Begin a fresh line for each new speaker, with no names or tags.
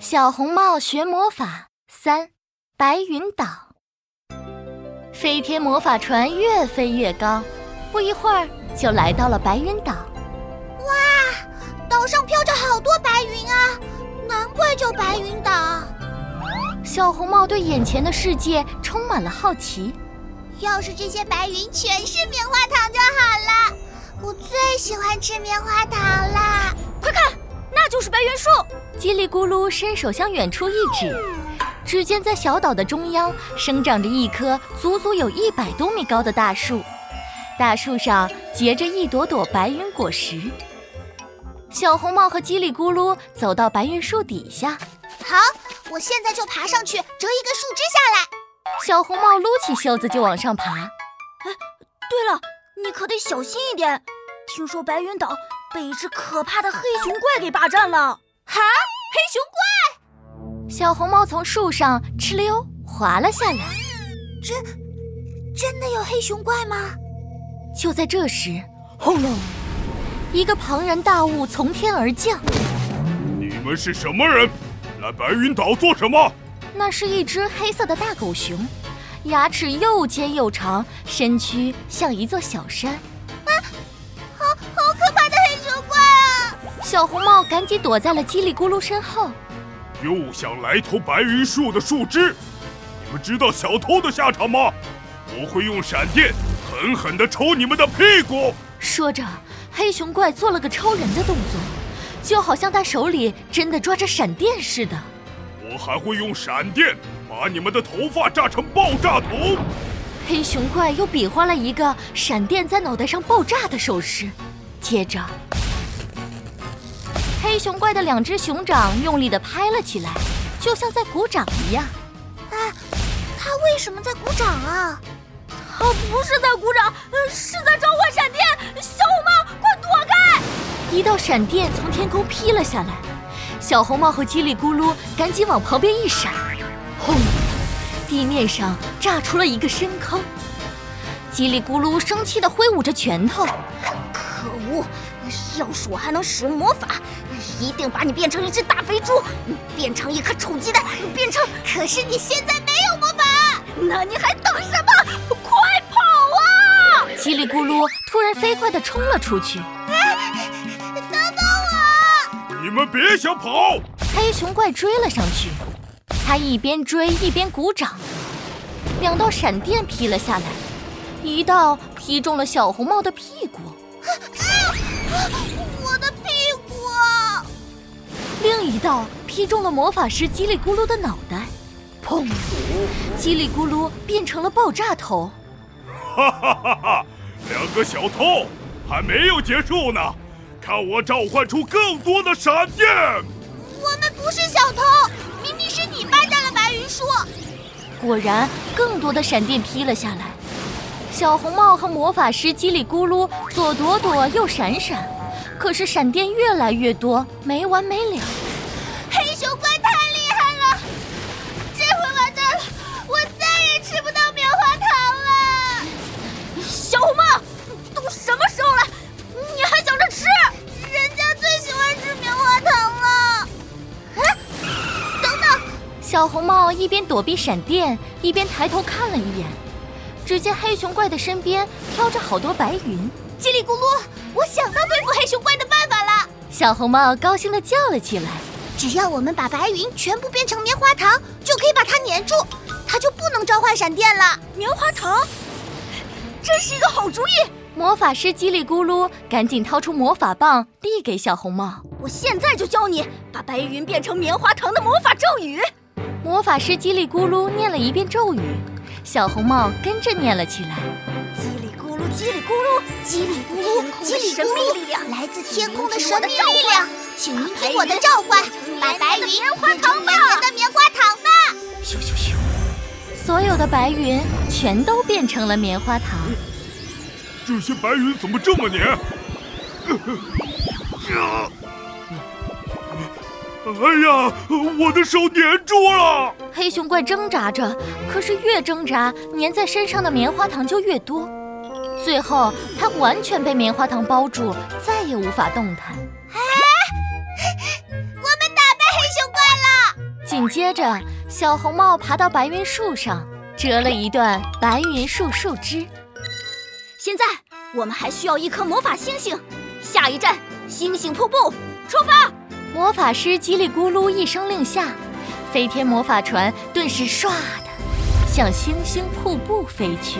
小红帽学魔法三：白云岛。飞天魔法船越飞越高，不一会儿就来到了白云岛。
哇，岛上飘着好多白云啊，难怪叫白云岛。
小红帽对眼前的世界充满了好奇。
要是这些白云全是棉花糖就好了，我最喜欢吃棉花糖啦！
快看，那就是白云树。
叽里咕噜伸手向远处一指，只见在小岛的中央生长着一棵足足有一百多米高的大树，大树上结着一朵朵白云果实。小红帽和叽里咕噜走到白云树底下，
好，我现在就爬上去折一个树枝下来。
小红帽撸起袖子就往上爬。
哎对了，你可得小心一点。听说白云岛被一只可怕的黑熊怪给霸占了。
哈，黑熊
怪！小红帽从树上哧溜滑了下来。
真真的有黑熊怪吗？
就在这时，轰隆！一个庞然大物从天而降。
你们是什么人？来白云岛做什么？
那是一只黑色的大狗熊，牙齿又尖又长，身躯像一座小山。
啊，好好可怕的黑熊怪啊！
小红帽赶紧躲在了叽里咕噜身后。
又想来偷白云树的树枝？你们知道小偷的下场吗？我会用闪电狠狠地抽你们的屁股！
说着，黑熊怪做了个抽人的动作，就好像他手里真的抓着闪电似的。
我还会用闪电把你们的头发炸成爆炸头！
黑熊怪又比划了一个闪电在脑袋上爆炸的手势，接着，黑熊怪的两只熊掌用力地拍了起来，就像在鼓掌一样。
啊，他为什么在鼓掌啊？
他不是在鼓掌，
呃
是在召唤闪电！小红帽，快躲开！
一道闪电从天空劈了下来。小红帽和叽里咕噜赶紧往旁边一闪，轰！地面上炸出了一个深坑。叽里咕噜生气地挥舞着拳头：“
可恶！要是我还能使用魔法，一定把你变成一只大肥猪，
嗯
变成一颗臭鸡蛋，变成……
可是你现在没有魔法，
那你还等什么？快跑啊！”
叽里咕噜突然飞快地冲了出去。
你们别想跑！
黑熊怪追了上去，他一边追一边鼓掌，两道闪电劈了下来，一道劈中了小红帽的屁股，
啊、我的屁股、啊！
另一道劈中了魔法师叽里咕噜的脑袋，砰！叽里咕噜变成了爆炸头。
哈哈哈哈！两个小偷还没有结束呢。看我召唤出更多的闪电！
我们不是小偷，明明是你霸占了白云树。
果然，更多的闪电劈了下来。小红帽和魔法师叽里咕噜左躲躲，右闪闪，可是闪电越来越多，没完没了。
黑熊怪太厉害了，这回完蛋了，我再也吃不到棉花糖了。
小红帽，都什么时候了？你还想着吃？
人家最喜欢吃棉花糖了。啊！等等，
小红帽一边躲避闪电，一边抬头看了一眼，只见黑熊怪的身边飘着好多白云。
叽里咕噜，我想到对付黑熊怪的办法了！
小红帽高兴地叫了起来。
只要我们把白云全部变成棉花糖，就可以把它粘住，它就不能召唤闪电了。
棉花糖，真是一个好主意！
魔法师叽里咕噜赶紧掏出魔法棒，递给小红帽。
我现在就教你把白云变成棉花糖的魔法咒语。
魔法师叽里咕噜念了一遍咒语，小红帽跟着念了起来。
叽里咕噜，叽里咕噜，
叽里咕噜，叽里咕噜，力量来自天空的神秘力量，请聆听我的召唤，把白云变成绵绵的棉花糖吧！
咻咻咻！所有的白云全都变成了棉花糖。
这些白云怎么这么黏？哎呀，我的手粘住了！
黑熊怪挣扎着，可是越挣扎，粘在身上的棉花糖就越多。最后，它完全被棉花糖包住，
啊
再也无法动弹。
哎，我们打败黑熊怪了！
紧接着，小红帽爬到白云树上，折了一段白云树树枝。
现在我们还需要一颗魔法星星，下一站星星瀑布，出发！
魔法师叽里咕噜一声令下，飞天魔法船顿时唰的向星星瀑布飞去。